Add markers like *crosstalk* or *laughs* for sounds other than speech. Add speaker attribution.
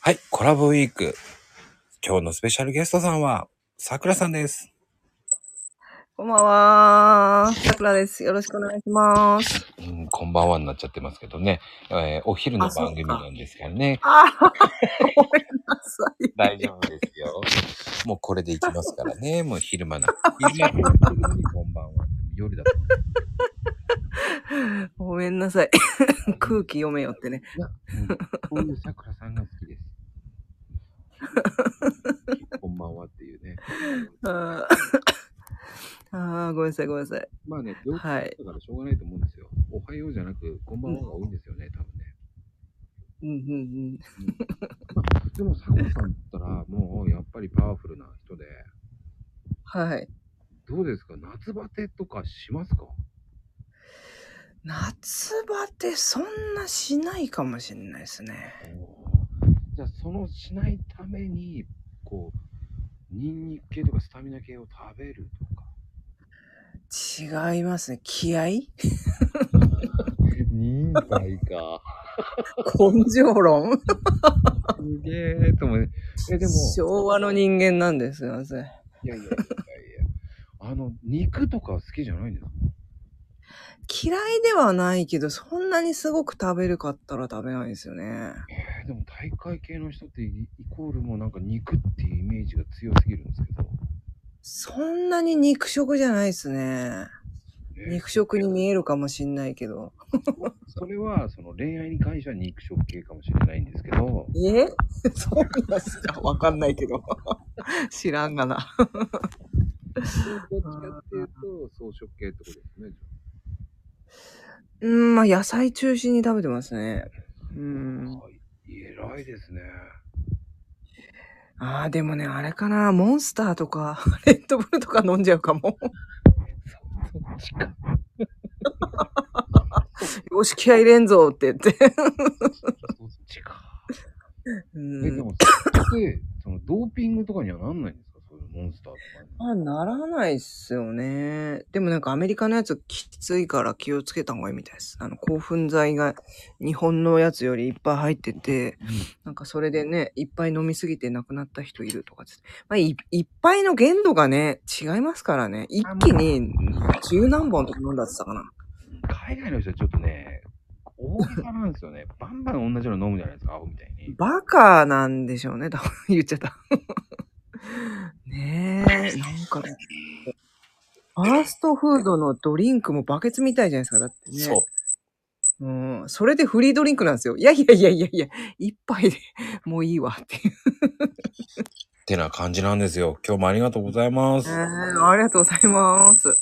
Speaker 1: はい、コラボウィーク。今日のスペシャルゲストさんは、さくらさんです。
Speaker 2: こんばんは。さくらです。よろしくお願いします。
Speaker 1: うん、こんばんはになっちゃってますけどね。えーお昼の番組なんですからね。
Speaker 2: ああ、ごめんなさい。
Speaker 1: 大丈夫です *laughs* よ。もうこれでいきますからね。もう昼間な。 *laughs* 昼間なこんばんは。夜だと。
Speaker 2: ごめんなさい。空気読めよってね。
Speaker 1: うんこういうさくらさんが好きです。 *laughs* こんばんはっていうね。
Speaker 2: あーあー、ごめんなさい、ごめんなさい。
Speaker 1: まあね、病気
Speaker 2: はい。
Speaker 1: だからしょうがないと思うんですよ。おはようじゃなく、こんばんはが多いんですよね、多分ね。
Speaker 2: うんうん
Speaker 1: でも、さくらさんだったら、もうやっぱりパワフルな人で、
Speaker 2: うん。はい。
Speaker 1: どうですか夏バテとかしますか
Speaker 2: 夏バテ、そんなしないかもしれないですね。
Speaker 1: じゃあ、そのしないために、こう、ニンニク系とかスタミナ系を食べるとか。
Speaker 2: 違いますね。気合
Speaker 1: 忍耐か。
Speaker 2: 根性論
Speaker 1: すげえと思う。え、でも、
Speaker 2: 昭和の人間なんです。すいません。
Speaker 1: いやいやいやいや。あの、肉とか好きじゃないんですか
Speaker 2: 嫌いではないけど、そんなにすごく食べるかったら食べないですよね。
Speaker 1: えーでも大会系の人ってイイコールもうなんか肉っていうイメージが強すぎるんですけど。
Speaker 2: そんなに肉食じゃないですね。
Speaker 1: ね
Speaker 2: 肉食に見えるかもしんないけど。
Speaker 1: それはその恋愛に関しては肉食系かもしれないんですけど、
Speaker 2: え *laughs* そうなんすかわかんないけど。 *laughs* 知らんがな。
Speaker 1: どっちかっていうと草食系ってことですね。
Speaker 2: うん、まあ野菜中心に食べてますね。うん。
Speaker 1: はい、偉いですね。
Speaker 2: ああ、でもね、あれかな。モンスターとか、 *laughs* レッドブルとか飲んじゃうかも。よし、気合入れんぞって言って。
Speaker 1: そっちか。
Speaker 2: う
Speaker 1: え、で
Speaker 2: ん。
Speaker 1: も、それって、そのドーピングとかにはなんないんですかそういうモンスターとか
Speaker 2: まあ、ならないっすよね。でもなんかアメリカのやつきついから気をつけた方がいいみたいです。あの、興奮剤が日本のやつよりいっぱい入ってて、
Speaker 1: に。
Speaker 2: なんかそれでね、いっぱい飲みすぎて亡くなった人いるとかっつって。まあ、いいっぱいの限度がね、違いますからね。一気に十何本とか飲んだって言ったかな。
Speaker 1: 海外の人はちょっとね、大げさなんですよね。バンバン同じの飲むじゃないですか、青みたいに。
Speaker 2: バカなんでしょうね。多分 *laughs* 言っちゃった。ねえ、なんか、ファーストフードのドリンクもバケツみたいじゃないですか。だってね。
Speaker 1: そう。
Speaker 2: うん、それでフリードリンクなんですよ。いやいやいやいやいや、一杯でもういいわっていう。
Speaker 1: ってな感じなんですよ。今日もありがとうございます。
Speaker 2: ありがとうございます。